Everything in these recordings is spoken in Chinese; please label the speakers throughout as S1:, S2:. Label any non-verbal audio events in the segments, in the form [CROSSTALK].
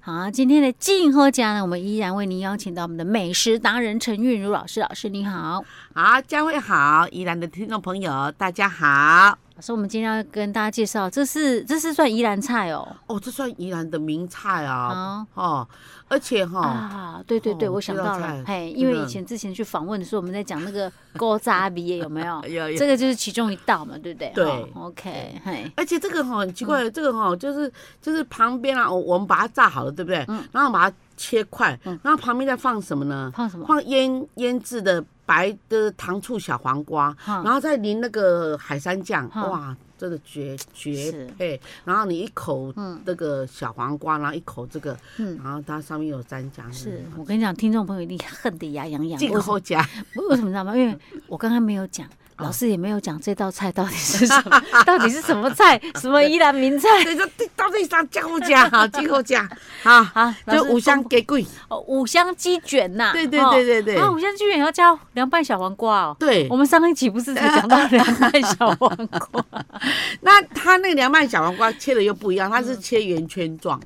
S1: 好，今天的静喝家呢，我们依然为您邀请到我们的美食达人陈韵如老师。老师你好，
S2: 好，佳慧好，宜兰的听众朋友大家好。
S1: 老师，我们今天要跟大家介绍，这是这是算宜兰菜哦。
S2: 哦，这算宜兰的名菜啊！
S1: 啊
S2: 哦，而且哈、
S1: 啊，对对对，
S2: 哦
S1: 我
S2: 我
S1: 想
S2: 知道
S1: 到了
S2: 菜，
S1: 嘿，
S2: 真
S1: 因为
S2: 的
S1: 以前之前去访问的时候，我们在讲那个勾扎鼻有没有？
S2: [LAUGHS] 有有
S1: 这个就是其中一道嘛，对不对？
S2: 对
S1: 哦，OK，嘿，
S2: 而且这个哈、很奇
S1: 嗯
S2: 怪，这个哈、就是就是旁边啊，我我们把它炸好了，对不对？
S1: 嗯
S2: 然后把它切块，然后旁边再放什么呢？
S1: 放什么？
S2: 放腌腌制的白的糖醋小黄瓜，
S1: 哈
S2: 然后再淋那个海山酱，
S1: 哈
S2: 哇，真的绝绝
S1: 嗯是
S2: 配。然后你一口那个小黄瓜，然后一口这个，
S1: 嗯
S2: 然后它上面有蘸酱，
S1: 是
S2: 嗯
S1: 我跟你讲，听众朋友一定恨得牙痒痒。
S2: 进
S1: 为什 [LAUGHS]
S2: 口价。
S1: 么为什么你知道吗？因为
S2: 嗯
S1: 我刚刚没有讲，
S2: 啊
S1: 老师也没有讲这道菜到底是什
S2: [LAUGHS]
S1: 么，到底是什么菜，什么宜兰名菜。
S2: 对，这到底上进口价
S1: [LAUGHS]
S2: 哈，进口价好，
S1: 好，
S2: 就五香
S1: 香
S2: 给贵，
S1: 哦五香鸡卷呐。
S2: 对对
S1: 哦
S2: 对对对
S1: 啊，五香鸡卷要加凉拌小黄瓜哦。
S2: 对
S1: 我。们上一集不是才讲到凉拌小黄
S2: [LAUGHS]
S1: 瓜？
S2: 那它那个凉拌小黄瓜切的又不一样，它是切圆圈状。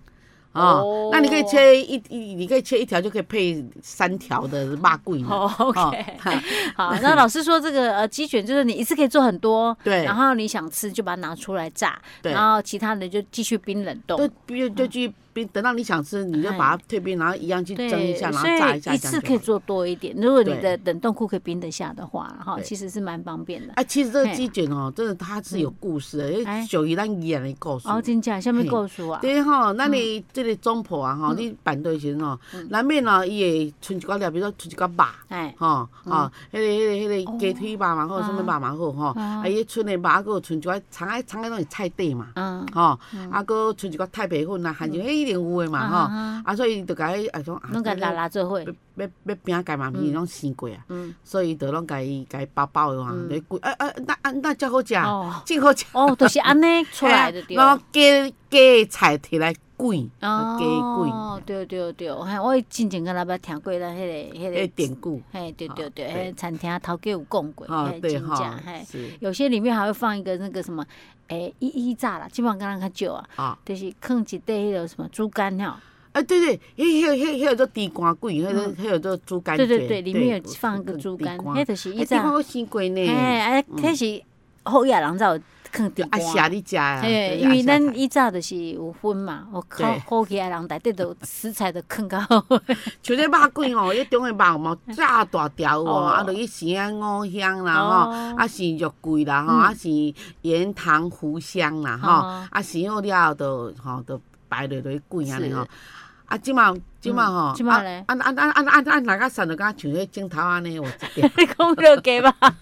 S2: 啊、
S1: 嗯哦
S2: 那你可以切一一，你可以切一条就可以配三条的辣桂呢。
S1: 哦，OK、o
S2: 哦
S1: k 好，那老师说这个呃鸡卷就是你一次可以做很多，
S2: 对
S1: 然后你想吃就把它拿出来炸，
S2: 对
S1: 然后其他的就继续冰冷冻
S2: 就。就就去冰，等到你想吃，你就把它退冰，然后一样去蒸一下，然后
S1: 哎所以
S2: 炸一下，这
S1: 次
S2: 样
S1: 可以
S2: 就
S1: 做
S2: 好。
S1: 多一点。如果你
S2: 对
S1: 的冷冻库可以冰得下的话，哈，
S2: 对
S1: 其实是蛮方便的。
S2: 哎、其实这个鸡卷哦，真的它是有故事的，因
S1: 哎
S2: 为属于咱演的故事。
S1: 哦，真假下面告诉啊，
S2: 对吼，咱的这个总婆啊吼，你办对时阵吼，难免哦，伊会剩一寡料，比如说剩一寡肉。
S1: 哎，
S2: 吼，吼，迄个、迄个、迄个鸡腿肉嘛好，什物肉嘛好，吼，啊，伊迄剩的肉，还佫剩一寡葱仔，葱仔拢是菜底嘛，
S1: 嗯，
S2: 吼，啊，佫剩一寡太白粉啊，番薯，迄一定有的
S1: 嗯
S2: 嘛，吼，啊，所以伊就甲迄啊种啊，
S1: 弄个拉拉做会
S2: 要，要要饼干嘛，毋是拢生过啊
S1: 嗯，
S2: 所以就拢甲伊甲伊包包的话，就贵，啊啊，那啊那才好食
S1: 哦，
S2: 真好食，
S1: 哦，都是安尼出来
S2: 啊
S1: 的对了。
S2: 然后加加菜摕来滚，加滚，
S1: 哦，对对对，嘿，我之前跟老板听过咱迄个迄
S2: 迄
S1: 个
S2: 典故，
S1: 嘿，对对对，
S2: 对
S1: 嘿，餐厅头家有讲过，
S2: 啊
S1: 嘿，
S2: 对
S1: 真
S2: 吼
S1: 正嘿，，
S2: 是
S1: 有些里面还会放一个那个什么，诶，一一炸啦，基本上刚刚较少啊，
S2: 啊。
S1: 就是放一块迄个什么猪肝吼，
S2: 啊，对对，迄、迄、迄、迄有做猪肝卷，迄个、迄有做猪
S1: 嗯
S2: 肝
S1: 对
S2: 卷，
S1: 对对，里面有放一个猪肝，迄
S2: 迄
S1: 就是一
S2: 猪肝啊
S1: 炸，
S2: 我生过呢
S1: 嘿，，哎，迄是后亚人才有放猪
S2: 嗯啊，
S1: 肝。
S2: 写你食啊，
S1: 嘿，因为咱以早就是有分嘛，我靠，
S2: 对
S1: 好起来人内底都食材都放
S2: [LAUGHS]
S1: 到
S2: 像这肉卷吼，迄种的肉嘛，炸大条
S1: 哦
S2: 哦，啊，落去生啊五香啦吼，啊是肉桂啦吼，啊是盐糖糊香啦吼
S1: 哦，
S2: 啊生好了后就吼就摆落落去卷安尼
S1: 是
S2: 吼。啊，即嘛即嘛吼，
S1: 这摆嘞
S2: 啊啊啊啊啊啊，哪个散就敢像迄镜头安尼，我一点，
S1: 你讲了给
S2: [LAUGHS]
S1: 吧，
S2: 啊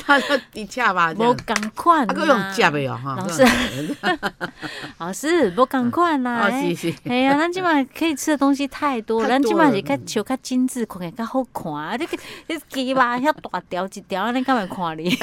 S2: 他他的确吧，这样
S1: 无共款
S2: 啊，
S1: 啦
S2: 佫用接的哦，哈，
S1: 老
S2: 佫
S1: 师
S2: 用，
S1: 老师哦无共款啦
S2: 哦，。是是，
S1: 哎呀，咱即满可以吃的东西太多了，
S2: 太
S1: 咱即
S2: 多
S1: 满
S2: 了嗯
S1: 是较小、较精致，看起来较好看。啊，你个你鸡肉遐大条一条，咱敢会看你？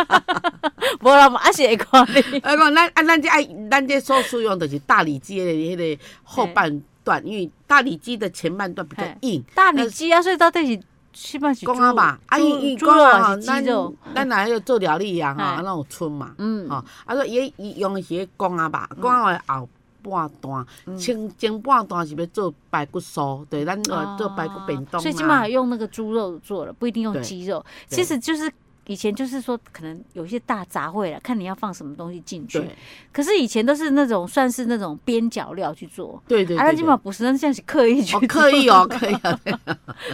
S1: [LAUGHS] 无啦，嘛还是会看 [LAUGHS] 你。
S2: 啊，讲咱啊，咱这爱，咱这所使用就是大理鸡的迄个后半段，因为大理鸡的前半段比较硬。
S1: 大理鸡啊，所以到底是起码是
S2: 讲啊
S1: 猪
S2: 吧，啊，
S1: 猪
S2: 伊伊
S1: 猪
S2: 讲
S1: 肉
S2: 啊
S1: 还
S2: 吼，
S1: 是
S2: 咱
S1: 鸡肉？
S2: 咱若迄个做料理啊，吼，
S1: 哎
S2: 啊，咱有春嘛，
S1: 嗯
S2: 吼，啊，说伊伊用的是迄讲啊吧，讲啊的后半
S1: 嗯
S2: 段，前前半段是要做排骨酥，对，咱呃做排骨便当
S1: 哦所以起
S2: 啊
S1: 码，用那个猪肉做了，不一定用
S2: 对
S1: 鸡肉。
S2: 对
S1: 其实就是以前就是说，可能有一些大杂烩了，看你要放什么东西进去。
S2: 对
S1: 可是以前都是那种算是那种边角料去做，
S2: 对对
S1: 啊，那
S2: 对
S1: 基
S2: 对
S1: 本。上不是，那这样是刻意去
S2: 哦，可以哦，可以哦，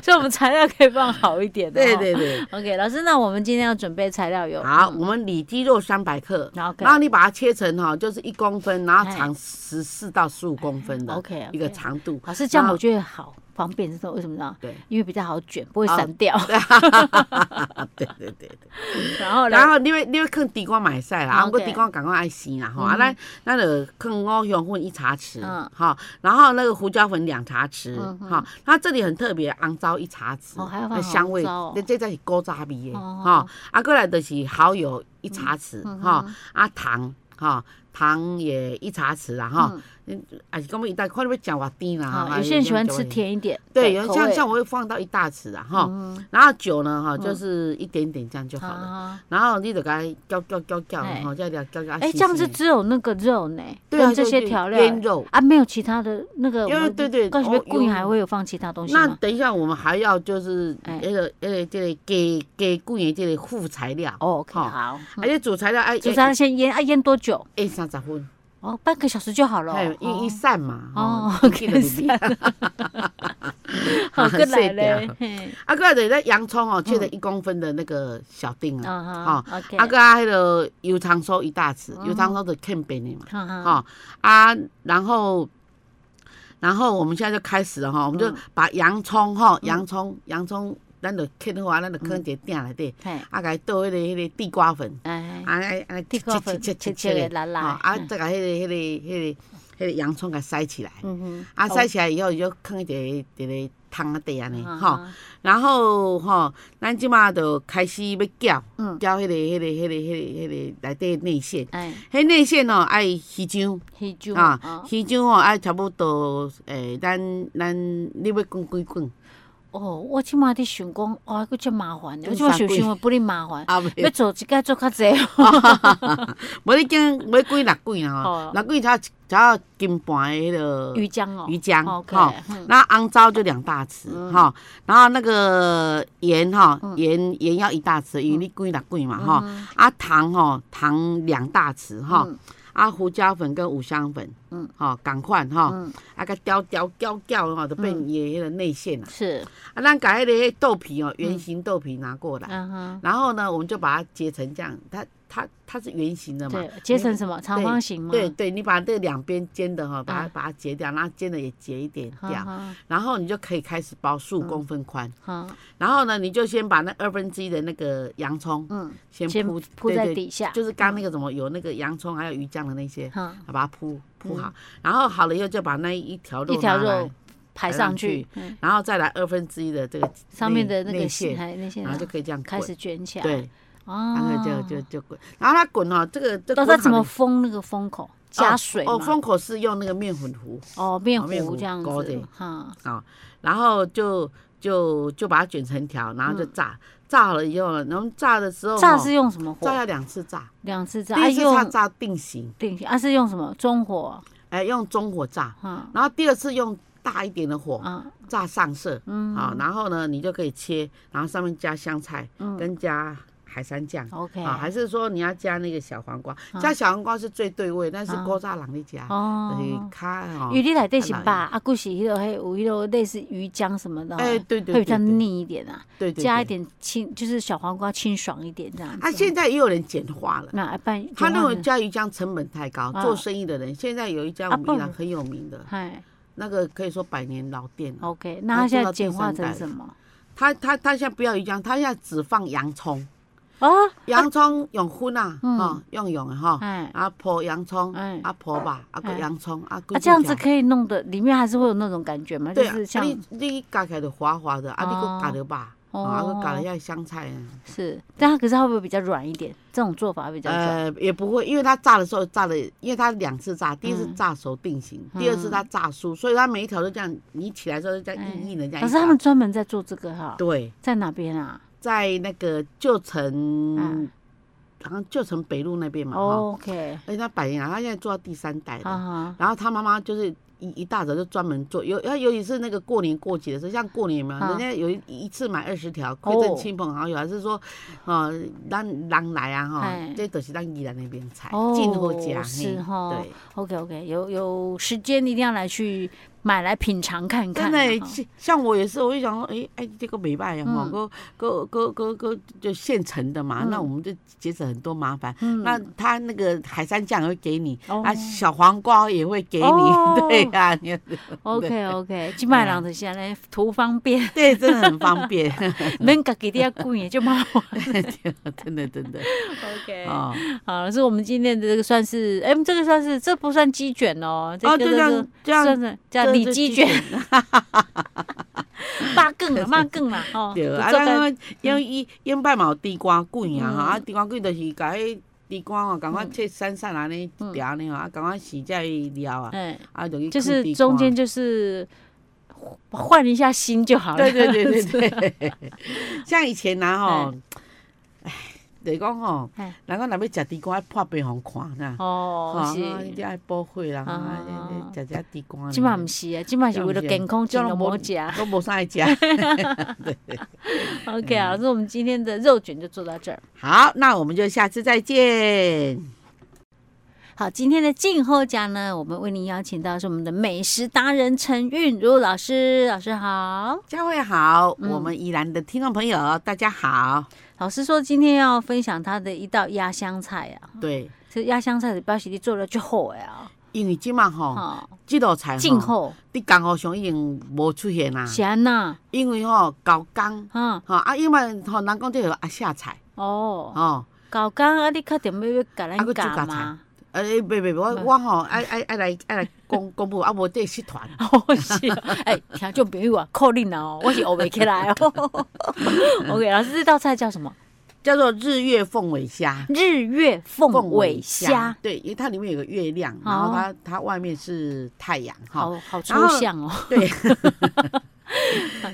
S1: 做， [LAUGHS] 所以我们材料可以放好一点、哦。
S2: 对对对。
S1: OK，老师，那我们今天要准备材料有
S2: 好，我们里脊肉三百克，
S1: 然后
S2: 然后你把它切成哈，就是一公分，然后
S1: 哎
S2: 长十四到十五公分的
S1: OK，OK
S2: 一个长
S1: [LAUGHS]
S2: 度。
S1: 老师这样
S2: 然后
S1: 我觉得好方便，是说为什么呢？
S2: 对
S1: 因为比较好卷，不会散
S2: [LAUGHS]
S1: 掉。
S2: 对对对对。
S1: 然后呢
S2: 然，后你要你要放地瓜买晒啦，啊，
S1: OK
S2: 不过地瓜赶快爱洗啦吼，啊，咱咱就放五香哦粉一茶匙
S1: 嗯，
S2: 哈，然后那个胡椒粉两茶匙
S1: 嗯，
S2: 哈，它这里很特别，昂糟一茶匙呃
S1: 哦还要放，
S2: 香味
S1: 红糟哦，
S2: 这这才是古早味的，
S1: 哦嗯
S2: 哈，啊，过来就是蚝油一茶匙，哈，啊糖，哈。螃蟹一茶匙啦哈，嗯，啊是讲要一大，看你要讲偌甜啦。
S1: 好，
S2: 哈
S1: 有些人喜欢
S2: 这样
S1: 吃
S2: 就会
S1: 甜一点，
S2: 对，
S1: 的
S2: 有
S1: 口
S2: 像
S1: 味
S2: 像我会放到一大匙啦哈，
S1: 嗯
S2: 然后酒呢哈，就是一点点这样就好了。
S1: 啊，
S2: 然后你就给它搅搅搅搅，
S1: 哎
S2: 吼，再给它搅搅。
S1: 哎，这样是只有那个肉呢，
S2: 啊对啊
S1: 跟这
S2: 对
S1: 些
S2: 对
S1: 调料
S2: 腌肉
S1: 啊，没有其他的那个我
S2: 因为
S1: 们。
S2: 对对，
S1: 告诉你，
S2: 哦
S1: 故意还
S2: 有
S1: 会有放其他东西
S2: 那
S1: 吗？
S2: 等一下，我们还要就是
S1: 哎
S2: 那个那个这个鸡鸡骨的这个副材料，啊，
S1: 哦，OK，
S2: 好
S1: 好，嗯
S2: 这主材料哎
S1: 就咱先腌啊，腌多久？
S2: 哎三十分，
S1: 哦，半个小时就好了哦。
S2: 还有
S1: 哦
S2: 一一散嘛，
S1: 哦
S2: 吼，
S1: ，OK，散
S2: [LAUGHS]
S1: 好，
S2: 很
S1: 过来
S2: 细
S1: 嘞嗯
S2: 条，
S1: 嘿
S2: 啊，个就是咱洋葱哦，
S1: 嗯
S2: 切了一公分的那个小丁啊，
S1: 啊哈，OK，
S2: 啊个啊，迄个油葱酥一大匙，
S1: 嗯
S2: 油葱酥就欠扁的嘛，
S1: 哈哈，
S2: 哈啊，然后。然后我们现在就开始了哈，我们就
S1: 嗯
S2: 把洋葱哈，洋葱洋葱，咱就切好啊，咱就放一个鼎内底，
S1: 嘿，
S2: 啊，甲伊倒迄个迄个地瓜粉，
S1: 哎，
S2: 啊啊啊，
S1: 地瓜粉
S2: 切
S1: 切
S2: 切
S1: 切
S2: 切
S1: 的烂
S2: 吼
S1: 烂，
S2: 啊，
S1: 嗯
S2: 再甲迄个迄个迄个迄个洋葱甲塞起来，
S1: 嗯哼，
S2: 啊，
S1: 哦
S2: 塞起来以后伊就放一个一个汤啊底安尼，
S1: 啊
S2: 吼，然后吼，咱即马就开始要搅
S1: 嗯，
S2: 搅迄个迄个迄个迄个迄个内底的内馅，
S1: 哎，
S2: 迄内馅哦爱鱼浆。
S1: 黑椒
S2: 啊
S1: 啊，，
S2: 鱼浆哦，爱差不多，诶，咱咱你要滚几滚，
S1: 哦，我即马伫想讲，哇，佫遮麻烦的，我
S2: 炖
S1: 即马
S2: 三
S1: 想
S2: 季
S1: 想会不哩麻烦，
S2: 啊，
S1: 要
S2: 袂，
S1: 做一个做较济，
S2: 无你讲要几六滚
S1: 哦
S2: 啊，六滚才才金盘的迄
S1: [LAUGHS]
S2: 落
S1: 鱼浆哦，
S2: 鱼浆，
S1: 哦
S2: 哈
S1: ，OK，嗯
S2: 那昂糟就两大匙
S1: 嗯
S2: 哈，然后那个盐哈
S1: 嗯，
S2: 盐盐要一大匙，因为你贵六贵嘛哈。
S1: 嗯
S2: 啊糖哈，糖两大匙哈
S1: 嗯。
S2: 啊胡椒粉跟五香粉，
S1: 嗯
S2: 嗯，哈，赶快哈，
S1: 嗯，
S2: 啊个雕雕雕雕哈，就变伊迄个内馅啦。
S1: 是，
S2: 啊，咱把迄个豆皮哦，圆形豆皮拿过来，
S1: 嗯哼，
S2: 然后呢，我们就把它结成这样，它它它是圆形的嘛。
S1: 对，切成什么长
S2: 对
S1: 方形吗？
S2: 对对，你把这两边尖的哈，把它
S1: 啊
S2: 把它截掉，然后尖的也截一点
S1: 哈
S2: 掉。
S1: 哈，
S2: 然后你就可以开始包数公分宽，
S1: 好，
S2: 然后呢，你就先把那二分之一的那个洋葱
S1: 嗯，
S2: 先
S1: 先
S2: 铺
S1: 铺
S2: 对
S1: 在
S2: 对
S1: 底下，嗯
S2: 就是刚那个什么有那个洋葱还有鱼酱的那些，
S1: 哈，
S2: 把它铺铺好，然后好了以后就把那一条
S1: 嗯
S2: 肉
S1: 一条
S2: 拿来
S1: 肉，排
S2: 排
S1: 上
S2: 上
S1: 去
S2: 去，
S1: 嗯
S2: 然后再来二分之一的这个
S1: 上面的那个
S2: 内
S1: 线，
S2: 馅，
S1: 还那些
S2: 然后就可以这样
S1: 开
S2: 滚
S1: 始卷起来，，
S2: 对，
S1: 哦，
S2: 然后就就就滚，然后它滚哦，这个这
S1: 到
S2: 个
S1: 底要怎么封那个封口？加水
S2: 哦，
S1: 吗
S2: 封口是用那个面粉糊
S1: 哦面
S2: 哦面
S1: 糊
S2: 糊
S1: 这样
S2: 勾
S1: 子
S2: 的，
S1: 哈，
S2: 啊，然后就就就把它卷成条，然后就炸，炸好了以后，然后炸的时候
S1: 嗯炸
S2: 哦
S1: 是用什么
S2: 炸
S1: 火？
S2: 要两次炸，
S1: 两次炸，
S2: 第
S1: 啊
S2: 一次炸
S1: 用
S2: 炸定型，
S1: 定啊是用什么中火？
S2: 哎，用中火炸，
S1: 哈
S2: 然后第二次用大一点的火
S1: 啊
S2: 炸上色，
S1: 嗯
S2: 啊，然后呢，你就可以切，然后上面加香菜
S1: 嗯
S2: 跟加海参酱。
S1: ，OK
S2: 啊，还是说你要加那个小黄瓜
S1: 啊？
S2: 加小黄瓜是最对味，但是
S1: 啊
S2: 锅炸人你加，就是
S1: 哦。
S2: 卡哦
S1: 鱼，你内底是吧？啊，故是迄落迄有迄落类似鱼浆什么的，
S2: 哎，对对
S1: 会
S2: 对，
S1: 比较
S2: 对，
S1: 腻一点啊，
S2: 对对，
S1: 加一
S2: 对。
S1: 点清，就是小黄瓜清爽一点这样
S2: 啊，
S1: 子。
S2: 现在也有人简化了。
S1: 那啊拌
S2: 他认为
S1: 种，
S2: 加鱼浆成本太高，
S1: 啊
S2: 做生意的人现在有一家
S1: 啊
S2: 我们宜
S1: 不
S2: 兰
S1: 如
S2: 很有名的，
S1: 嗨
S2: 那个可以说百年老店了。
S1: ，OK，那它
S2: 他做
S1: 现在
S2: 到
S1: 简
S2: 啊第
S1: 化
S2: 三代
S1: 成
S2: 了
S1: 什么？
S2: 他他他现在不要鱼浆，他现在只放洋葱，哦
S1: 啊，
S2: 洋葱用粉啊，
S1: 嗯
S2: 哈，用用的哈，
S1: 哎，
S2: 啊铺洋葱，
S1: 哎
S2: 啊铺吧，啊个
S1: 哎
S2: 洋葱，啊
S1: 啊，这样子可以弄的，里面还是会有那种感觉嘛，就
S2: 对
S1: 是
S2: 啊，
S1: 像
S2: 啊你你加起来就滑滑的，啊你
S1: 哦
S2: 搁加着吧，
S1: 哦
S2: 啊搁加了下香菜啊，
S1: 是，但它可是它会不会比较软一点？这种做法会比较软。
S2: 呃也不会，因为它炸的时候炸的，因为它两次炸，第一次
S1: 嗯
S2: 炸熟定型，第二次它炸酥，所以它每一条都这样，你起来之后就这样硬硬的这样一条。
S1: 可是哎他们专门在做这个哈，
S2: 对，
S1: 在哪边啊？
S2: 在那个旧城
S1: 嗯，
S2: 好像旧城北路那边嘛哈。
S1: 哦，OK，
S2: 哎，他百年了，他现在做到第三代
S1: 啊
S2: 了。
S1: 哈，
S2: 然后他妈妈就是一一大早就专门做，尤尤其是那个过年过节的时候，像过年有没有？
S1: 啊哦
S2: 人家有一一次买二十条，馈赠亲朋好友，还是说，呃，咱人来啊哈
S1: 哎，
S2: 这都是咱宜兰那边菜
S1: 哦，
S2: 进口家
S1: 是吼
S2: 对，
S1: ，OK OK，有有时间一定要来去买来品尝看看
S2: 真
S1: 啊。
S2: 的
S1: 哈
S2: 像像我也是，我就想说，哎哎，这个没办法哈，
S1: 嗯
S2: 哥哥哥哥哥就现成的嘛，
S1: 嗯
S2: 那我们就节省很多麻烦。
S1: 嗯
S2: 那他那个海山酱也会给你，
S1: 哦
S2: 啊，小黄瓜也会给你，
S1: 哦
S2: [LAUGHS] 对呀、你
S1: OK OK，去卖人就是安尼，图方便，
S2: 对，真的很方便，嗯
S1: [LAUGHS] 免家己底下贵也就麻烦。
S2: [LAUGHS] 真的真的
S1: OK，
S2: [LAUGHS] 哦
S1: 好，是我们今天的这个算是，哎，这个算是这不算鸡卷哦，这
S2: 哦，
S1: 个
S2: 就这
S1: 这
S2: 样
S1: 个
S2: 这样
S1: 算是叫里脊卷，， [LAUGHS] 八更了，八更了，哦，
S2: [LAUGHS] [LAUGHS] 对，
S1: 不
S2: 啊，
S1: 做
S2: 咱
S1: 干嗯
S2: 讲因为伊因摆嘛有地瓜卷啊，哈，啊地瓜卷就是甲迄猪肝哦，赶快切散散安尼一条安尼吼，啊，赶快洗再料啊，
S1: 哎，
S2: 啊，就去
S1: 嗯就
S2: 啃
S1: 是
S2: 猪
S1: 中
S2: 肝
S1: 间就是换一下心就好了。
S2: 对对对对对，像以前呐、吼，哎，就是讲吼
S1: 哎，
S2: 人讲若要食猪肝，破病互看呐，
S1: [LAUGHS] 哦，
S2: 啊你
S1: 是。
S2: 得爱补血啦，
S1: 啊
S2: 啊，食食猪肝。
S1: 即嘛毋是啊，即嘛是为了健康，
S2: 这
S1: 尽
S2: 样
S1: 量
S2: 没
S1: 无食。
S2: 都无啥爱食。
S1: [LAUGHS] OK 啊，老师，我们今天的肉卷就做到这儿。
S2: 好，那我们就下次再见。
S1: 好，今天的静候奖呢，我们为您邀请到是我们的美食达人陈韵如老师，老师好。
S2: 佳慧好，
S1: 嗯
S2: 我们宜兰的听众朋友大家好。
S1: 老师说今天要分享他的一道压香菜啊，
S2: 对，
S1: 这压香菜的标识你做了就好的啊，
S2: 因为即嘛吼，
S1: 哈、
S2: 即道菜
S1: 静
S2: 吼，
S1: 候
S2: 伫江湖上已经无出现啦，
S1: 是安那，
S2: 因为吼高工
S1: 哈、
S2: 吼啊，因为吼人讲这个啊下菜
S1: 哦，
S2: 吼。
S1: 搞刚啊，你确定要要甲
S2: 啊还有
S1: 咱
S2: 煮
S1: 教
S2: 加
S1: 吗？
S2: 呃，袂袂，我我吼爱爱爱来爱来公公布，啊无这失团。
S1: [LAUGHS] 哦是啊，哎、听众朋友啊，靠恁啊
S2: [LAUGHS]
S1: 哦，我是学袂起来哦。OK，老师这道菜叫什么？
S2: 叫做日月凤尾虾。
S1: 日月凤尾虾，，
S2: 对，因为它里面有个月亮，然后它它外面是太阳哈。
S1: 好好抽
S2: 然后
S1: 象哦。
S2: 对，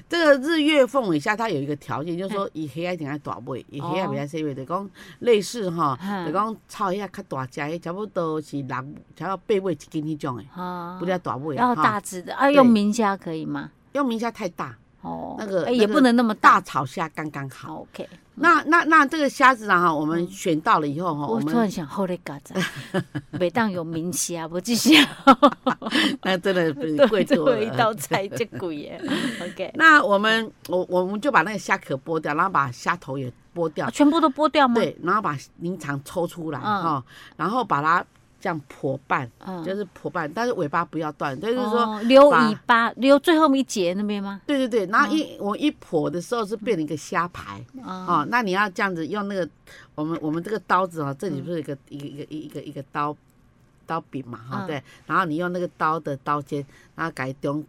S2: 这个日月凤尾虾它有一个条件，就是说伊黑一定要大尾，伊黑也袂使细尾，就讲类似吼，
S1: 嗯
S2: 就讲炒遐较大只，迄差不多是六，差不多八尾一斤迄种的，
S1: 啊
S2: 不，了大尾
S1: 要
S2: 啊。
S1: 大
S2: 哈
S1: 只的啊，
S2: 对
S1: 用明虾可以吗？
S2: 用明虾太大，
S1: 哦，
S2: 那个
S1: 哎
S2: 那
S1: 也
S2: 个
S1: 不能那么大。
S2: 大
S1: 哦
S2: 炒虾刚刚好。
S1: 好，OK。
S2: 那那那这个虾子啊，哈，我们选到了以后哦哈，
S1: 嗯
S2: 我
S1: 我突然
S2: 们
S1: 想，好嘞，嘎
S2: [LAUGHS]
S1: 子，每当有明虾，不记下，
S2: 那呃真
S1: [LAUGHS]
S2: 的比贵
S1: 对，最
S2: 多
S1: 后一道
S2: 了。
S1: 菜这贵
S2: [LAUGHS]
S1: 耶。OK，
S2: 那我们我我们就把那个虾壳剥掉，然后把虾头也剥掉
S1: 啊，全部都剥掉吗？，
S2: 对，然后把鳞肠抽出来
S1: 嗯
S2: 哈，然后把它这样剖半，
S1: 嗯
S2: 就是剖半，但是尾巴不要断，就是说。
S1: 哦留
S2: 把
S1: 尾巴，留最后一节那边吗？
S2: 对对对，然后
S1: 嗯
S2: 一我一剖的时候是变成一个虾排
S1: 啊，
S2: 哦，那你要这样子用那个我们我们这个刀子啊，这
S1: 嗯
S2: 里不是有一个一个一个一个一个刀刀柄嘛哈，
S1: 嗯
S2: 对，然后你用那个刀的刀尖，然后改中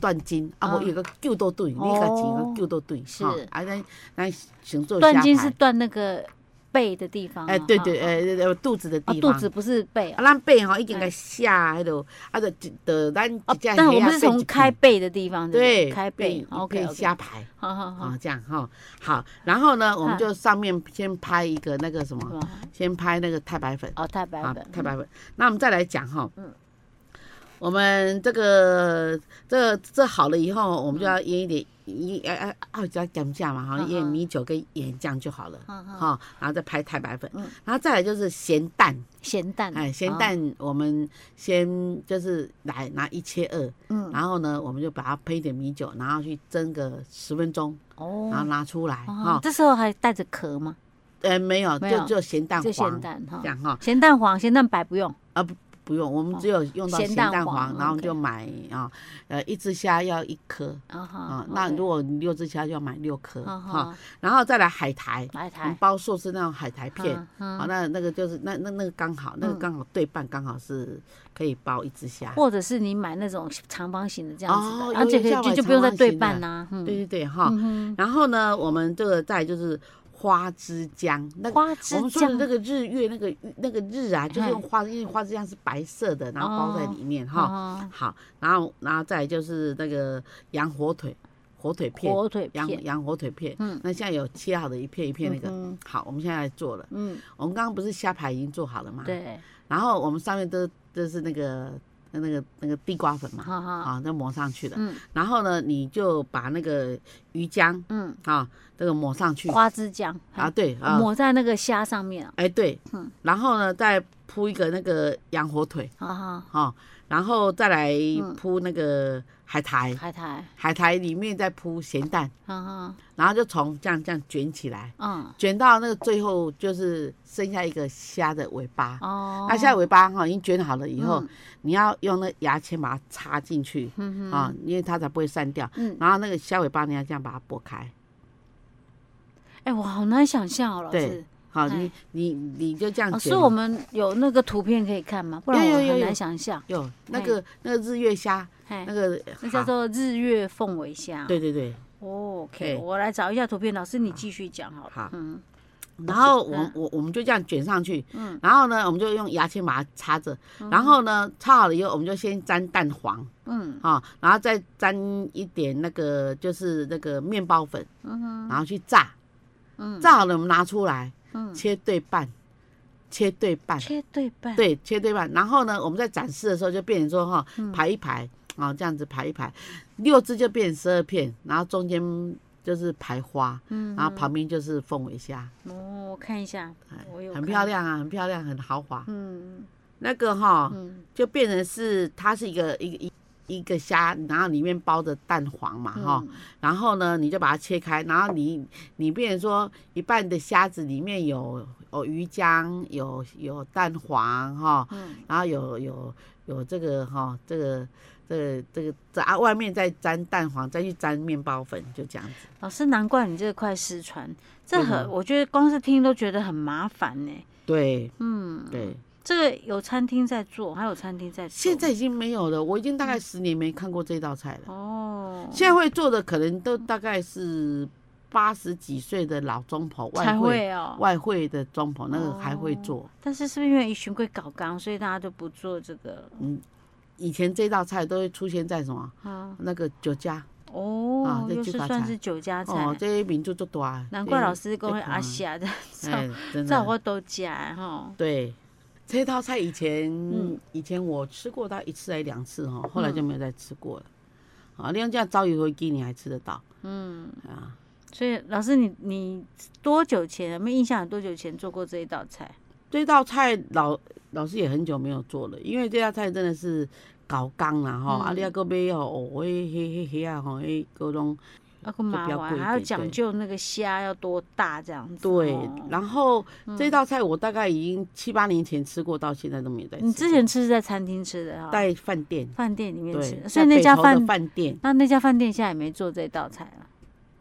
S2: 断筋，啊无
S1: 嗯
S2: 有个救斗队，你个钱
S1: 哦
S2: 个救斗队
S1: 是
S2: 哈啊咱咱先做
S1: 断
S2: 虾
S1: 筋是
S2: 排
S1: 断那个背的地方啊。
S2: 哎对
S1: 哈
S2: 对，
S1: 哈
S2: 呃呃肚子的
S1: 啊
S2: 地
S1: 肚
S2: 方，
S1: 子不是背
S2: 啊
S1: 啊，
S2: 咱背吼已经该下迄度，啊就就就咱
S1: 哦
S2: 一只
S1: 但我们是
S2: 虾背
S1: 从
S2: 一
S1: 开
S2: 片
S1: 背的地方，不
S2: 对
S1: 开背
S2: 变一
S1: ，OK
S2: 片
S1: OK，
S2: 虾排。
S1: 好好好
S2: 啊，，这样哈，好，然后呢，我们
S1: 嗯
S2: 就上面先拍一个那个什
S1: 是
S2: 么，
S1: 吧
S2: 先拍那个太白粉
S1: 哦，太白
S2: 啊
S1: 粉，，
S2: 太白粉。那我们再来讲哈
S1: 嗯，
S2: 我们这个这这好了以后，我们就要腌一点一呃呃二加姜酱嘛哈，
S1: 嗯嗯嗯
S2: 腌米酒跟盐酱就好了
S1: 嗯嗯
S2: 哈，然后再拍太白粉
S1: 嗯，
S2: 然后再来就是咸蛋，
S1: 咸蛋，
S2: 哎，咸
S1: 哦，
S2: 蛋我们先就是来拿一切二，
S1: 嗯，
S2: 然后呢，我们就把它配一点米酒，然后去蒸个十分钟。然后
S1: 哦，
S2: 拿出来
S1: 哦
S2: 哈，
S1: 这时候还带着壳吗？
S2: 呃没有，
S1: 没
S2: 就
S1: 有
S2: 只有咸蛋
S1: 就
S2: 黄
S1: 咸蛋哈
S2: 这，样哈，
S1: 咸蛋黄、咸蛋白不用，
S2: 不用，我们只有用到
S1: 哦咸
S2: 咸
S1: 蛋
S2: 蛋
S1: 黄
S2: 黄，然后
S1: OK
S2: 就买啊，呃一只虾要一颗
S1: 啊哈
S2: 啊，那如果你六只虾就要买六颗
S1: 啊
S2: 哈
S1: 哈，，
S2: 然后再来海苔，
S1: 来
S2: 我们
S1: 台嗯
S2: 包寿司那种海苔嗯片。好，
S1: 好，
S2: 那那个就是那那那个刚好，那个
S1: 嗯
S2: 刚好对半，刚好是可以包一只虾。
S1: 或者是你买那种长方形的这样子
S2: 哦
S1: 的，
S2: 有
S1: 而且可以
S2: 有效
S1: 就
S2: 买
S1: 就不用再
S2: 长方
S1: 对
S2: 形的
S1: 半呐，嗯
S2: 对啊对对哈，
S1: 嗯
S2: 然后呢，我们这个再就是花枝姜，那
S1: 哼，花
S2: 个
S1: 枝
S2: 我们说的
S1: 酱
S2: 那个日月，那个那个日啊，就是用花，因为花枝酱是白色的，然后包在里
S1: 哦
S2: 面哈。
S1: 哈，
S2: 好，然后然后再来就是那个羊火腿，火腿片，
S1: 火腿
S2: 羊
S1: 片，
S2: 羊火腿片。
S1: 嗯
S2: 那现在有切好的一片一片那个。
S1: 嗯
S2: 好，我们现在来做了。
S1: 嗯，
S2: 我们刚刚不是虾排已经做好了嘛？。
S1: 对，
S2: 然后我们上面都都是那个那个那个地瓜粉嘛，
S1: 哈哈，
S2: 啊，都抹上去的。
S1: 嗯
S2: 然后呢，你就把那个鱼浆
S1: 嗯，
S2: 啊，这个抹上去。
S1: 花枝酱哎
S2: 啊，对啊，
S1: 抹在那个虾上面啊，
S2: 哎，对，
S1: 嗯
S2: 然后呢，再铺一个那个羊火腿
S1: 哈哈，
S2: 哈、然后再来
S1: 嗯
S2: 铺那个海苔，
S1: 海苔，
S2: 海苔里面再铺咸蛋，
S1: 哈哈，
S2: 然后就从这样这样卷起来，
S1: 嗯，
S2: 卷到那个最后就是剩下一个虾的尾巴。
S1: 哦，
S2: 那虾尾巴哈、已经卷好了以后，
S1: 嗯
S2: 你要用那牙签把它插进去啊、
S1: 嗯
S2: 因为它才不会散掉。
S1: 嗯
S2: 然后那个虾尾巴你要这样把它剥开，
S1: 哎，我好难想象哦，老
S2: 对
S1: 师。
S2: 好、
S1: 哎
S2: 你你你就这样
S1: 哦，所
S2: 卷。
S1: 以我们有那个图片可以看吗？不然
S2: 有
S1: 我
S2: 有有
S1: 很
S2: 有
S1: 难想象。
S2: 有那个那个日月虾，
S1: 哎
S2: 那，个啊
S1: 那叫
S2: 好
S1: 做日月凤尾虾。
S2: 对对对，
S1: 哦，OK，
S2: 对
S1: 我来找一下图片。老师，你继续讲好了。
S2: 好
S1: 嗯，
S2: 然后我、
S1: 嗯
S2: 我我们就这样卷上去，
S1: 嗯
S2: 然后呢，我们就用牙签把它插着，然后呢，插好了以后，我们就先沾蛋黄
S1: 嗯
S2: 啊、然后再沾一点那个就是那个面包粉，
S1: 嗯
S2: 然后去炸，
S1: 嗯
S2: 炸好了我们拿出来
S1: 嗯，
S2: 切对半，切对半，
S1: 切对半，
S2: 对，切对半。然后呢，我们在展示的时候就变成说哈
S1: 嗯，
S2: 排一排啊、这样子排一排，六只就变成十二片，然后中间就是排花，
S1: 嗯，
S2: 然后旁边就是凤尾虾，
S1: 哦，我看一下，我有
S2: 哎很
S1: 看
S2: 漂，亮哦啊，很漂亮，很豪华。
S1: 嗯
S2: 那个哈，
S1: 嗯
S2: 就变成是它是一个一个一一个虾，然后里面包着蛋黄嘛
S1: 嗯
S2: 哈、然后呢你就把它切开，然后你你变成说一半的虾子里面有有鱼浆，有有蛋黄哈，
S1: 嗯
S2: 然后有有有这个哈这个。这个这个这啊，外面再沾蛋黄，再去沾面包粉，就这样子。
S1: 老师，难怪你这块失传，这
S2: 为什
S1: 很，
S2: 么
S1: 我觉得光是听都觉得很麻烦呢。
S2: 对
S1: 嗯，
S2: 对，
S1: 这个有餐厅在做，还有餐厅在做。
S2: 现在已经没有了，我已经大概十年没看过这道菜了。
S1: 哦，
S2: 现在会做的可能都大概是八十几岁的老中婆，外
S1: 才
S2: 汇
S1: 会哦。
S2: 外汇的中婆那个还会做。
S1: 但是是不是因为巡规搞纲，所以大家都不做这个？
S2: 嗯以前这道菜都会出现在什么
S1: 啊，
S2: 那个酒家
S1: 哦
S2: 啊，这
S1: 又
S2: 就是发
S1: 算
S2: 财
S1: 是酒家菜，
S2: 哦，这一名就做多啊。
S1: 难怪老
S2: 师
S1: 师讲
S2: 这
S1: 那
S2: 款
S1: 阿霞的， [LAUGHS]
S2: 哎，真
S1: 这我
S2: 的
S1: 都假吼。
S2: 对。这道菜以前、
S1: 嗯
S2: 以前我吃过它一次还两次哦，后来就没有再吃过了。啊，你用这样招鱼回鸡你还吃得到
S1: 嗯，
S2: 啊？
S1: 所以老师你你多久前有没有印象？多久前做过这一道菜？
S2: 这道菜老老师也很久没有做了，因为这道菜真的是搞刚啦
S1: 嗯
S2: 吼，
S1: 哦
S2: 啊你啊个买吼，哦，迄迄迄迄啊吼，迄个拢
S1: 那个
S2: 就
S1: 麻
S2: 比较
S1: 烦，
S2: 贵一
S1: 还要
S2: 点
S1: 讲
S2: 对
S1: 究那个虾要多大这样子。
S2: 对
S1: 哦。
S2: 然后这道菜我大概已经七八年前吃过，到现在都没有再吃过。
S1: 你之前吃是在餐厅吃的哈，
S2: 在饭店
S1: 饭店里面吃
S2: 对，
S1: 的，所以
S2: 在
S1: 那
S2: 北
S1: 家
S2: 投的
S1: 饭
S2: 饭店，
S1: 那那家饭店现在也没做这道菜了，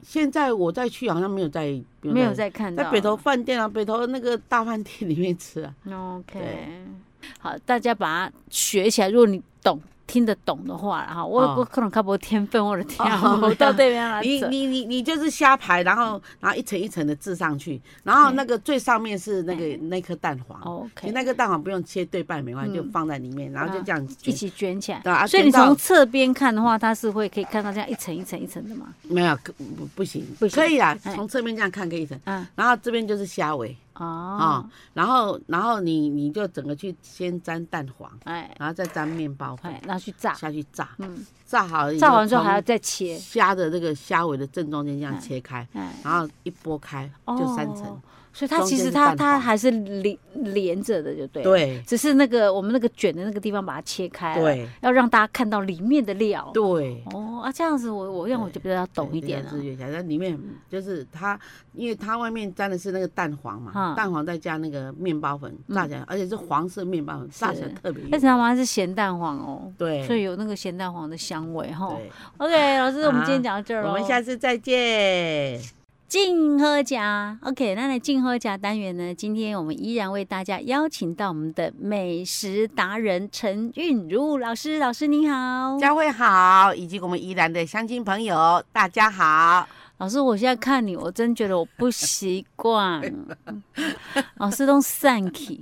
S2: 现在我再去好像没有在
S1: 没有在看到
S2: 在
S1: 了。
S2: 北投饭店啊，北投那个大饭店里面吃啊。
S1: OK，
S2: 对
S1: 好，大家把它学起来。如果你懂、听得懂的话啦，然后我、
S2: 哦
S1: 我可能较无天分，我的天啊，
S2: 哦
S1: 我到对面 [LAUGHS] 来
S2: 你
S1: 走。
S2: 你你你就是虾排，然后然后一层一层的置上去，然后那个最上面是那个那颗蛋黄，其实
S1: 哦 OK，
S2: 那个蛋黄不用切对半没关系，
S1: 嗯
S2: 就放在里面，然后就这样
S1: 一
S2: 卷。
S1: 起卷起来。
S2: 对啊，
S1: 所以你
S2: 卷到
S1: 从侧边看的话，它是会可以看到这样一层一层一层的嘛？
S2: 没有可不不行
S1: 不，行
S2: 可以啦，
S1: 哎
S2: 从侧面这样看可以的。
S1: 嗯，
S2: 然后这边就是虾尾啊、
S1: 哦，
S2: 然后然后你你就整个去先沾蛋黄，
S1: 哎
S2: 然后再沾面包粉
S1: 哎，然后去炸，
S2: 下去炸，
S1: 嗯，
S2: 炸好了以
S1: 炸完之后还要
S2: 从
S1: 再切，
S2: 虾的那个虾尾的正中间这
S1: 哎
S2: 样切开，
S1: 哎，
S2: 然后一拨开就三层
S1: 哦，所以它
S2: 中
S1: 其实
S2: 间是
S1: 它
S2: 蛋
S1: 它
S2: 黄
S1: 还是连连着的，就对。。
S2: 对
S1: 只是那个我们那个卷的那个地方把它切开了，
S2: 对
S1: 要让大家看到里面的料。
S2: 对。
S1: 哦啊，这样子我我让我就比较懂一点啊了
S2: 对这个。是月虾，但里面很就是它，因为它外面沾的是那个蛋黄嘛
S1: 嗯，
S2: 蛋黄再加那个面包粉炸起来，而且是黄色面包粉炸起来
S1: 是
S2: 特别有
S1: 但是他们是咸蛋黄哦，
S2: 对，
S1: 所以有那个咸蛋黄的香味哈。
S2: 对
S1: OK，老师，我们
S2: 啊
S1: 今天讲到这儿哦喽。
S2: 我们下次再见。
S1: 静喝家，OK，那来静喝家单元呢？今天我们依然为大家邀请到我们的美食达人陈韵如老师，老师您好。
S2: 佳慧好，以及我们宜兰的乡亲朋友，大家好。
S1: 老师，我现在看你，我真觉得我不习
S2: [LAUGHS]
S1: 惯。老师都散去，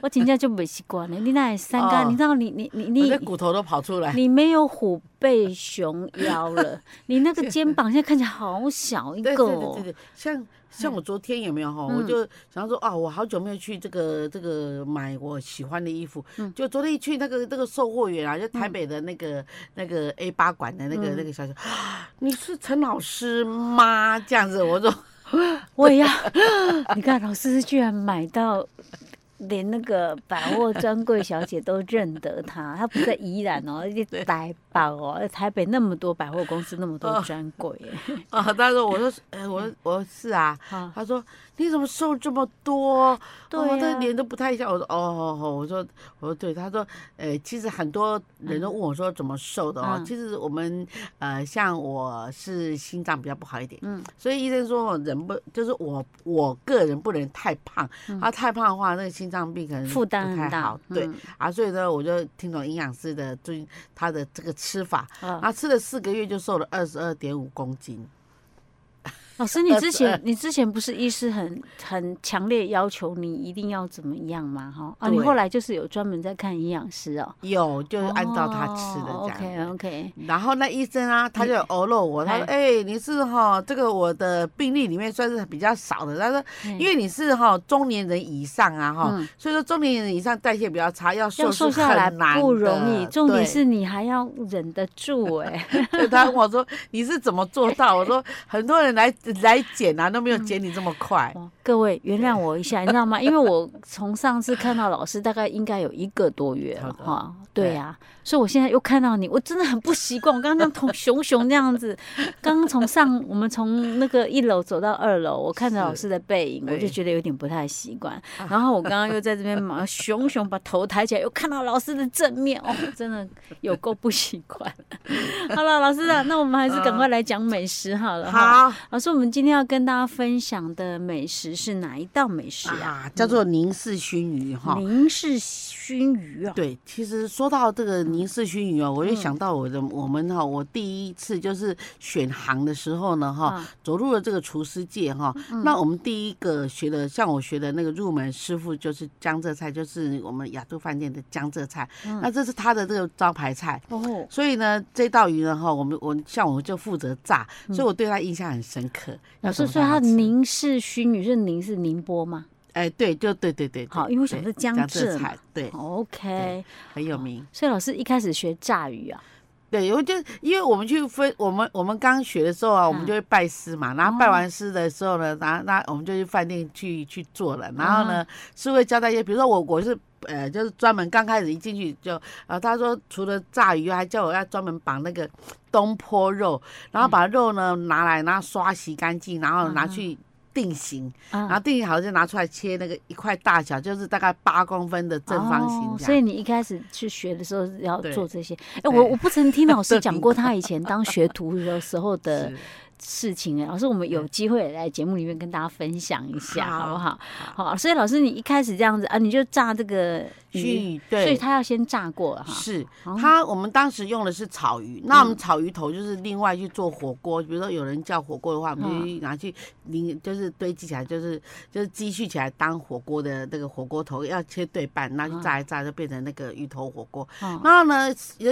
S1: 我真正就没习惯了。你那三
S2: 哦
S1: 个，你知道你你你
S2: 我的
S1: 你
S2: 骨头都跑出来。
S1: 你没有虎背熊腰了，你那个肩膀现在看起来好小一
S2: 对
S1: 个
S2: 对对对
S1: 哦。
S2: 对，像像我昨天有没有哈，
S1: 嗯
S2: 我就想说啊，我好久没有去这个这个买我喜欢的衣服，就昨天一去那个那个售货员啊，就台北的那个那个 A 八馆的那个那个小姐，啊你是陈老师吗？这样子，我说 [LAUGHS]
S1: 我也要， [LAUGHS] 你看老师居然买到。连那个百货专柜小姐都认得
S2: [LAUGHS]
S1: 他，他不在宜兰哦，而且台北哦，台北那么多百货公司，那么多专柜耶，
S2: 啊，他说我说呃我说我说是啊，
S1: 啊
S2: 他说你怎么瘦这么多？哦
S1: 对
S2: 我
S1: 呀
S2: 的脸都不太像。我说哦哦哦，我说我说对。他说呃，其实很多人都问我说怎么瘦的哦。
S1: 嗯
S2: 其实我们呃，像我是心脏比较不好一点，
S1: 嗯，
S2: 所以医生说我人不就是我我个人不能太胖，啊太胖的话那个心脏病可能
S1: 嗯负担
S2: 嗯不
S1: 很
S2: 太
S1: 大
S2: 好，。对、
S1: 嗯
S2: 啊，所以呢我就听懂营养师的最他的这个吃法，
S1: 啊
S2: 然后吃了四个月就瘦了二十二点五公斤。
S1: 老师，你之
S2: 呃
S1: 前你之前不是医师很很强烈要求你一定要怎么样吗？哈啊，你
S2: 对
S1: 后来就是有专门在看营养师哦，
S2: 有就是按照他吃的这样。
S1: OK 嗯 OK，
S2: 然后那医生啊，
S1: 嗯
S2: 他就偶了我，他说：“哎、你是哈这个我的病例里面算是比较少的。”他说：“因为你是哈中年人以上啊哈，
S1: 嗯
S2: 所以说中年人以上代谢比较差，要
S1: 要
S2: 瘦
S1: 瘦
S2: 是
S1: 下来
S2: 很难的
S1: 不容易，重点
S2: 对 [LAUGHS]
S1: 是你还要忍得住哎、
S2: 所以他跟我说你是怎么做到？我说很多人来来减啊，都没有减你这么快。
S1: 哦各位原谅我一下，你知道吗？因为我从上次看到老师大概应该有一个多月了
S2: 好的
S1: 哈，对呀、所以我现在又看到你，我真的很不习惯。我刚刚那样同熊熊那样 [LAUGHS] 子，刚刚从上我们从那个一楼走到二楼，我看着老师的背影，
S2: 对
S1: 我就觉得有点不太习惯。然后我刚刚又在这边忙，熊熊把头抬起来，又看到老师的正面，哦，真的有够不习 [LAUGHS] 惯。好了，老师啊，那我们还是赶快来讲美食好了。哈。
S2: 好
S1: 老师，我们今天要跟大家分享的美食是哪一道美食啊？
S2: 啊，叫做凝视熏鱼哈。
S1: 凝视熏鱼哦，
S2: 啊对，其实说到
S1: 嗯
S2: 这个凝视熏鱼哦，我就想到我的、我们哈、我第一次就是选行的时候呢哈，
S1: 嗯
S2: 走入了这个厨师界哈、那我们第一个学的，像我学的那个入门师傅就是江浙菜，就是我们雅都饭店的江浙菜、
S1: 嗯
S2: 那这是他的这个招牌菜。
S1: 哦，
S2: 所以呢，这道鱼呢，哈，我们我像我就负责炸，所以我对他印象很深刻。
S1: 嗯老师
S2: 要怎么
S1: 说
S2: 让
S1: 它
S2: 它吃
S1: 凝视熏鱼，是凝是宁波吗？
S2: 哎，对，就对对对，对
S1: 好因为我想是
S2: 对
S1: 江浙嘛哦
S2: 菜，对，
S1: ？OK，
S2: 对很有名。
S1: 所以老师一开始学炸鱼啊，
S2: 对，我就因为我们去分，我们我们刚学的时候啊，
S1: 嗯
S2: 我们就会拜师嘛，然后
S1: 哦
S2: 拜完师的时候呢，然后那我们就去饭店去去做了，然后
S1: 嗯
S2: 呢是会交代一些，比如说我我是。呃，就是专门刚开始一进去就，啊，他说除了炸鱼，啊还叫我要专门绑那个东坡肉，然后
S1: 嗯
S2: 把肉呢拿来，然后刷洗干净，然后拿去定型，然
S1: 啊，
S2: 后定型好就拿出来切那个一块大小，就是大概八公分的正方形
S1: 哦
S2: 这样。
S1: 所以你一开始去学的时候要
S2: 对
S1: 做这些。哎，我
S2: 对
S1: 我不曾听老师
S2: [LAUGHS] 对
S1: 讲过他以前当学徒的时候的
S2: [LAUGHS] 是
S1: 事情哎，老师，我们有机会来节目里面跟大家分享一下，
S2: 好
S1: 好不好？好，所以老师，你一开始这样子啊，你就炸这个鱼，
S2: 去
S1: 所以
S2: 对。
S1: 它要先炸过了哈。
S2: 是
S1: 哦
S2: 它，我们当时用的是草鱼，那我们草鱼头就是另外去做火锅，比如说有人叫火锅的话，我们就去拿去淋，就是堆积起来，就是就是积蓄起来当火锅的那个火锅头，要切对半，然后去炸一炸，就变成那个鱼头火锅。
S1: 哦
S2: 然后呢，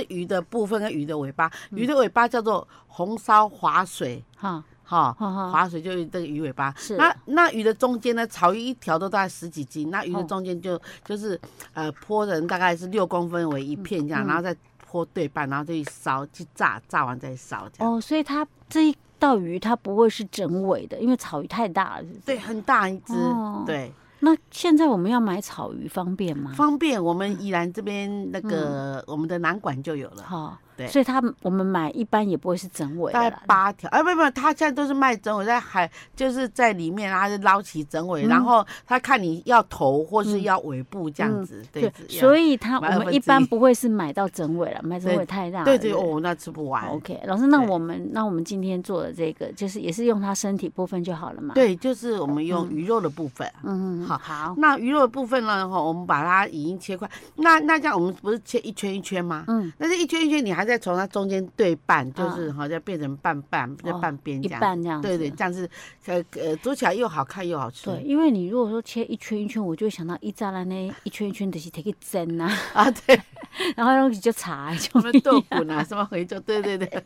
S2: 鱼的部分跟鱼的尾巴，鱼的尾巴叫做红烧划水，
S1: 哈，
S2: 哈。
S1: 哈哈，
S2: 划水就是这个鱼尾巴，
S1: 是
S2: 那那鱼的中间呢，草鱼一条都大概十几斤，那鱼的
S1: 哦
S2: 中间就、就是呃泼人大概是六公分为一片
S1: 嗯
S2: 这样，然后再泼对半，然后就去烧去炸，炸完再烧这样。
S1: 哦，所以它这一道鱼它不会是整尾的，因为草鱼太大了。是不是
S2: 对，，很大一只，
S1: 哦
S2: 对，
S1: 那现在我们要买草鱼方便吗？
S2: 方便我们宜兰这边那
S1: 嗯
S2: 个、我们的南馆就有了，
S1: 好，
S2: 对
S1: 所以它我们买一般也不会是整尾的
S2: 大
S1: 啦
S2: 概八条，哎，不不，他现在都是卖整尾，在海就是在里面，然后就捞起整
S1: 嗯
S2: 尾，然后他看你要头或是要尾部这样
S1: 嗯
S2: 子，对
S1: 对，，
S2: 这样
S1: 所以它
S2: 买二
S1: 我
S2: 分
S1: 们
S2: 之一
S1: 一般不会是买到整尾了，买整
S2: 对
S1: 尾太大了。
S2: 对对
S1: 不
S2: 哦，那吃不完，
S1: OK，老师，那
S2: 对
S1: 我们那我们今天做的这个，就是也是用它身体部分就好了嘛？，
S2: 对，就是我们用鱼肉的部分。
S1: 嗯，
S2: 好
S1: 好，
S2: 那鱼肉的部分呢？哈，我们把它已经切块。那那这样我们不是切一圈一圈吗？
S1: 嗯，
S2: 但是一圈一圈，你还在从它中间对半，就
S1: 啊
S2: 是好像变成半半，再
S1: 哦
S2: 半边
S1: 一
S2: 这样。
S1: 半这样子。
S2: 对对，这样是呃呃，煮起来又好看又好吃。
S1: 对，因为你如果说切一圈一圈，我就会想到一扎兰呢，一圈一圈的是 take 蒸啊，
S2: [LAUGHS] 啊，对，
S1: [LAUGHS] 然后用就查就。
S2: 我 [LAUGHS] 们
S1: [LAUGHS]
S2: 豆腐呢，什么回就对对对，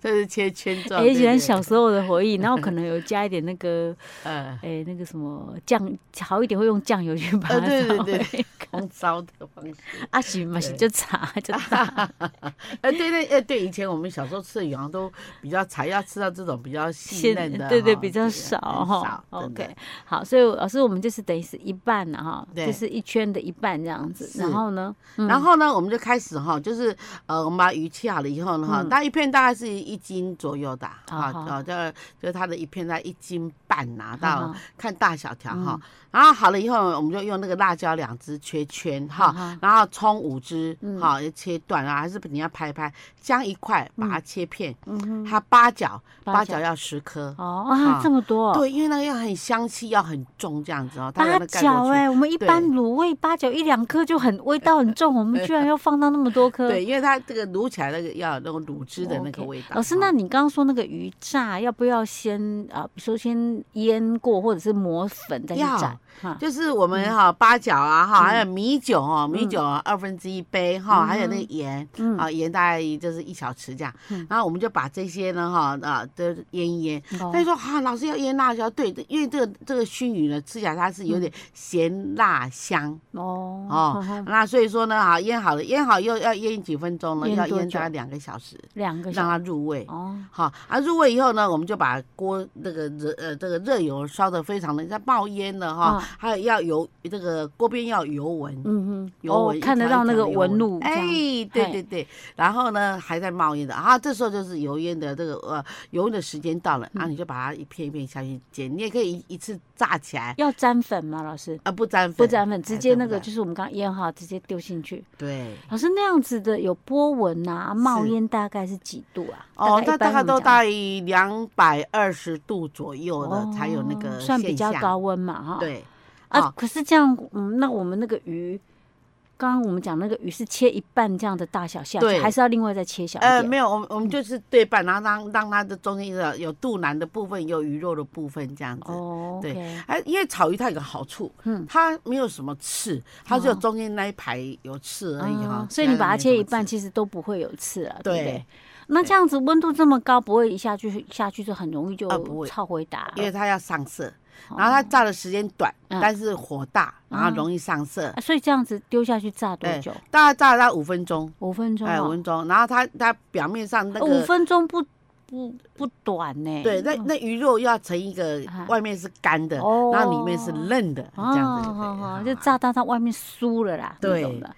S2: 这是切圈状。
S1: 哎，
S2: 对
S1: 原来
S2: 对
S1: 小时候的回忆，然后可能有加一点那个， [LAUGHS]
S2: 呃
S1: 哎，那个什么酱，好一点会用酱油去把它
S2: 呃，对对
S1: 炒
S2: 对
S1: 味。 [LAUGHS]
S2: 对，红烧的方式。
S1: 阿喜嘛是
S2: 对
S1: 就查就炸，
S2: 呃，对对，呃，对，以前我们小时候吃的鱼好像都比较柴，要吃到这种比较细
S1: 现
S2: 嫩的哈，
S1: 对对比较
S2: 啊很
S1: 少
S2: 少
S1: 哈。
S2: 真的
S1: OK，好，所以老师我们就是等于是一半了哈，
S2: 对
S1: 就是一圈的一半这样子。
S2: 是
S1: 然后呢，
S2: 然后呢，我们就开始哈，就是呃，我们把鱼切好了以后呢，哈，它一片大概是一斤左右的啊，
S1: 嗯好
S2: 哦，这就是它的一片大概一斤半拿
S1: 好嗯
S2: 到
S1: 好，
S2: 看大小条哈。然后好了以后，我们就用那个辣椒两只切圈
S1: 好
S2: 哈
S1: 好，嗯
S2: 然后葱五只哈，也切断啊，还是你要拍一拍，姜一块，把它切片，
S1: 嗯哼，
S2: 它八角，
S1: 八
S2: 八
S1: 角
S2: 角要十颗。
S1: 哦啊，[LAUGHS]
S2: 啊
S1: 这么多，
S2: 对，因为那个要很香气，要很重这样子哦。它
S1: 八
S2: 才能盖过
S1: 角
S2: 去
S1: 哎、我们一般
S2: 对
S1: 卤味八角一两颗就很味道很重，我
S2: [LAUGHS]
S1: 们居然要放到那么多颗。
S2: 对，因为它这个卤起来那个要有那种卤汁的那个
S1: OK
S2: 味道。
S1: 老师，
S2: 哈
S1: 那你刚刚说那个鱼炸，要不要先啊？比如说先腌过，或者是磨粉再去
S2: 要
S1: 炸？哈，
S2: 就是我们哈、八角啊哈，
S1: 嗯
S2: 还有米酒哦，米酒二分之一杯哈，还有那个盐
S1: 嗯
S2: 啊，盐大概就是一小匙这样
S1: 嗯。
S2: 然后我们就把这些呢哈啊都腌一腌。
S1: 哦
S2: 但是说哈，老师要腌辣椒，对，因为这个这个熏鱼呢，吃起来它是有
S1: 嗯
S2: 点咸辣香
S1: 哦
S2: 哦
S1: 呵呵。
S2: 那所以说呢，哈，腌好了，腌好又要腌几分钟呢？
S1: 腌
S2: 要
S1: 多
S2: 腌大概
S1: 久
S2: 两个小时，
S1: 两个
S2: 让
S1: 小
S2: 它入味。
S1: 哦，
S2: 好啊，入味以后呢，我们就把锅那个热呃这个热油烧的非常的像冒烟的哈，
S1: 嗯
S2: 还有要油这个锅边要油纹，
S1: 嗯哼，
S2: 油
S1: 哦
S2: 纹、，
S1: 看得到那个纹路，这
S2: 哎
S1: 样，
S2: 对
S1: 嘿
S2: 对对，然后呢还在冒烟的啊，这时候就是油烟的这个呃油烟的时间到了，
S1: 嗯
S2: 然后你就把它一片一片下去煎，你也可以一一次炸起来
S1: 要沾粉吗？老师？
S2: 啊，不沾粉，
S1: 不沾粉，直
S2: 哎
S1: 接
S2: 对
S1: 那
S2: 不
S1: 个
S2: 沾
S1: 就是我们刚腌好，直接丢进去。
S2: 对。
S1: 老师那样子的有波纹啊，冒
S2: 是
S1: 烟大概是几度啊？
S2: 哦，
S1: 一
S2: 它大
S1: 般
S2: 概
S1: 我们
S2: 都
S1: 讲
S2: 大于两百二十度左右的才有那
S1: 哦
S2: 个
S1: 算比
S2: 现
S1: 较
S2: 象
S1: 高温嘛哈。
S2: 对，
S1: 啊
S2: 哦，
S1: 可是这样，嗯，那我们那个鱼，刚刚我们讲那个鱼是切一半这样的大小下去，
S2: 对
S1: 还是要另外再切小一
S2: 呃，
S1: 点？
S2: 没有，我们我
S1: 嗯
S2: 们就是对半，然后让让它的中间的有肚腩的部分，有鱼肉的部分这样子。
S1: 哦，
S2: 对
S1: OK，
S2: 哎，因为草鱼它有个好处，
S1: 嗯
S2: 它没有什么刺，它只有
S1: 哦
S2: 中间那一排有刺而已
S1: 啊。
S2: 哈
S1: 所以你把它
S2: 其
S1: 切
S2: 他的没有什么
S1: 一半，
S2: 刺，
S1: 其实都不会有刺啊，对不对
S2: 对？，
S1: 那这样子温度这么高，不会一下去下去就很容易就
S2: 啊不会
S1: 超回答
S2: 因为它要上色，
S1: 哦
S2: 然后它炸的时间短，
S1: 嗯
S2: 但是火大，然后
S1: 嗯
S2: 容易上色。
S1: 啊所以这样子丢下去炸多
S2: 对
S1: 久？
S2: 大概炸了大概五分钟，
S1: 五分钟
S2: 哎，五
S1: 啊，
S2: 分钟，然后它它表面上那
S1: 啊五
S2: 个。
S1: 分钟不不不短呢。
S2: 对，那那鱼肉要成一个
S1: 啊，
S2: 外面是干的，
S1: 哦啊
S2: 然后里面是嫩的，这样子就可以
S1: 好好
S2: 了
S1: 就
S2: 哈
S1: 炸到它外面酥了啦，那
S2: 对
S1: 种的。
S2: 好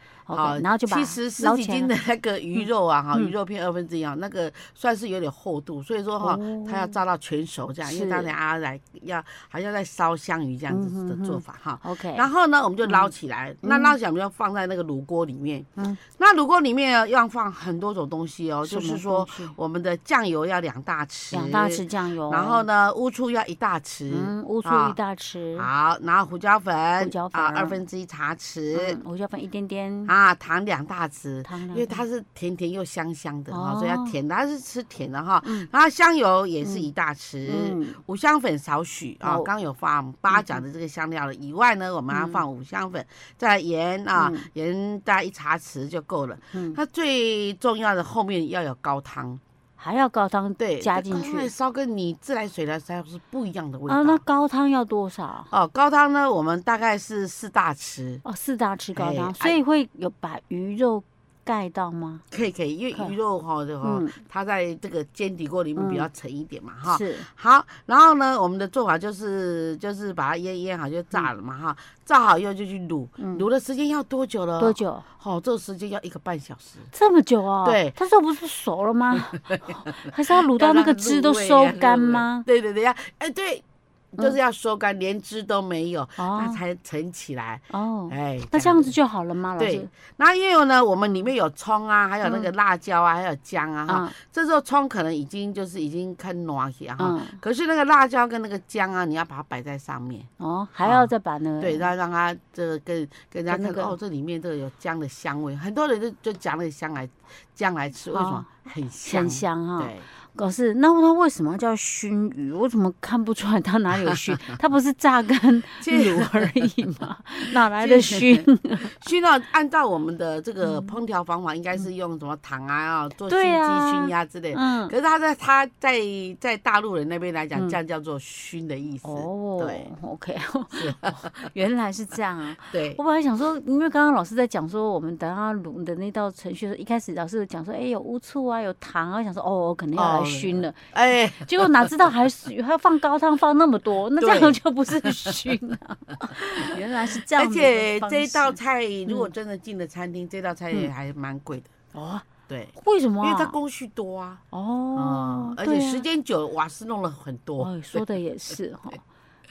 S1: OK，然后就把它
S2: 其实十
S1: 捞
S2: 几
S1: 起来
S2: 斤
S1: 了
S2: 的那个鱼肉啊，哈，
S1: 嗯
S2: 鱼肉片二分之一啊，那个算是有点厚度，所以说哈
S1: 哦，
S2: 它要炸到全熟这样，因为
S1: 是
S2: 当然啊来要还要再烧香鱼这样子
S1: 嗯哼哼
S2: 的做法哈。
S1: OK，
S2: 然后呢，我们就捞起来，那捞起来我们就放在那个卤锅里面。
S1: 嗯
S2: 那卤锅里面呢要放很多种东西哦，
S1: 什
S2: 就
S1: 么
S2: 是说
S1: 东西
S2: 我们的酱油要两大匙，
S1: 两大匙，酱油，
S2: 然后呢，乌醋要一大匙，
S1: 嗯，乌醋
S2: 啊
S1: 一大匙，
S2: 好，然后胡椒粉，
S1: 胡椒粉
S2: 啊，二分之一茶匙
S1: 嗯，，胡椒粉一点点，
S2: 啊，糖两大匙，
S1: 糖两大匙，
S2: 因为它是甜甜又香香的哈、
S1: 嗯哦
S2: 所以它甜的，它是吃甜的哈、然后香油也是一大匙，
S1: 嗯
S2: 五香粉少许啊，
S1: 好嗯
S2: 刚刚有放八角的这个香料了。以外呢，我们要放五香粉，再来盐啊
S1: 嗯，
S2: 盐大概一茶匙就够了。
S1: 嗯
S2: 它最重要的后面要有高汤，
S1: 还要高汤
S2: 对，
S1: 加进
S2: 高汤
S1: 去
S2: 烧跟你自来水来烧是不一样的味道。
S1: 啊。那高汤要多少？
S2: 哦，高汤呢，我们大概是四大匙，
S1: 哦，四大匙高
S2: 哎
S1: 汤，
S2: 哎
S1: 所以会有把鱼肉盖到吗？
S2: 可以可以，因
S1: 可
S2: 为
S1: 以
S2: 鱼肉哈，就哈
S1: 嗯
S2: 它在这个煎底锅里面比较沉一点嘛哈。
S1: 是，
S2: 哦好，然后呢，我们的做法就是就是把它腌腌好就炸了嘛哈，炸好以后就去卤，卤的时间要多久了？
S1: 嗯多？久？
S2: 哦，这个时间要一个半小时。
S1: 这么久哦？
S2: 对
S1: 它肉不是熟了吗？
S2: [LAUGHS]
S1: 还是要卤到那个汁都
S2: 要让它入
S1: 收
S2: 味啊
S1: 干吗？？
S2: 入味对对对，要哎对，就是要收干，连汁都没有，那
S1: 哦
S2: 才盛起来。
S1: 哦，
S2: 哎，
S1: 那这样子就好了吗？老
S2: 对
S1: 师，，
S2: 那因为呢，我们里面有葱啊，还有
S1: 嗯
S2: 那个辣椒啊，还有姜啊哈。
S1: 啊，
S2: 这时候葱可能已经就是已经看软起啊哈，
S1: 嗯，
S2: 可是那个辣椒跟那个姜啊，你要把它摆在上面。
S1: 哦，还要再把那个
S2: 对，然后让他这个跟跟人家
S1: 跟那
S2: 看、
S1: 个
S2: 哦，这里面这个有姜的香味，很多人就就夹那个香来姜来吃，为什么？很香，
S1: 哦很香哦哈、
S2: 对，
S1: 老师，那它为什么叫熏鱼？我怎么看不出来它哪里有
S2: [LAUGHS]
S1: 熏？它不是榨干卤而已吗？哪来的熏？
S2: 熏到按照我们的这个烹调方法，应该是用什么糖啊，啊做
S1: 嗯
S2: 熏
S1: 对
S2: 鸡、
S1: 啊
S2: 熏鸭之类的。
S1: 嗯，
S2: 可是他在他在在大陆人那边来
S1: 嗯
S2: 讲，这样叫做熏的意思。
S1: 哦，
S2: 对
S1: ，OK，原 [LAUGHS] 来是这样啊！
S2: 对
S1: 我本来想说，因为刚刚老师在讲说，我们等下卤的那道程序的时候，一开始老师有讲说，哎、有乌醋啊，有糖啊，我想说哦，我可能要来
S2: 哦
S1: 熏了，
S2: 哎，
S1: 结果哪知道还是还要放高汤放那么多，那这样
S2: 对
S1: 就不是熏啊！原来是这样
S2: 而
S1: 的一
S2: 且
S1: 个方式，嗯
S2: 这一道菜如果真的进了餐厅，这道菜也还蛮贵的。
S1: 哦，
S2: 对，
S1: 为什么、
S2: 因
S1: 啊？
S2: 为它工序多啊。
S1: 哦
S2: 嗯，，而
S1: 对
S2: 且哦
S1: 啊哎
S2: 时间久，了，瓦斯弄了很多。 [LAUGHS]
S1: 哦，说的也是哈。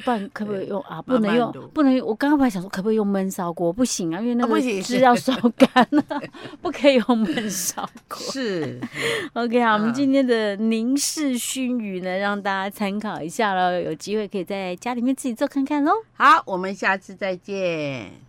S1: 不然可不可以用啊？不
S2: 慢
S1: 能
S2: 慢
S1: 用
S2: 卤，
S1: 不能用。我刚刚本来想说可不可以用焖烧锅，不行啊，因为那
S2: 啊不
S1: 个
S2: 行
S1: 汁要烧干了， [LAUGHS] 不可以用焖烧锅。
S2: 是
S1: [LAUGHS] OK 好，我们
S2: 嗯
S1: 今天的凝视熏鱼呢，让大家参考一下喽，有机会可以在家里面自己做看看喽。
S2: 好，我们下次再见。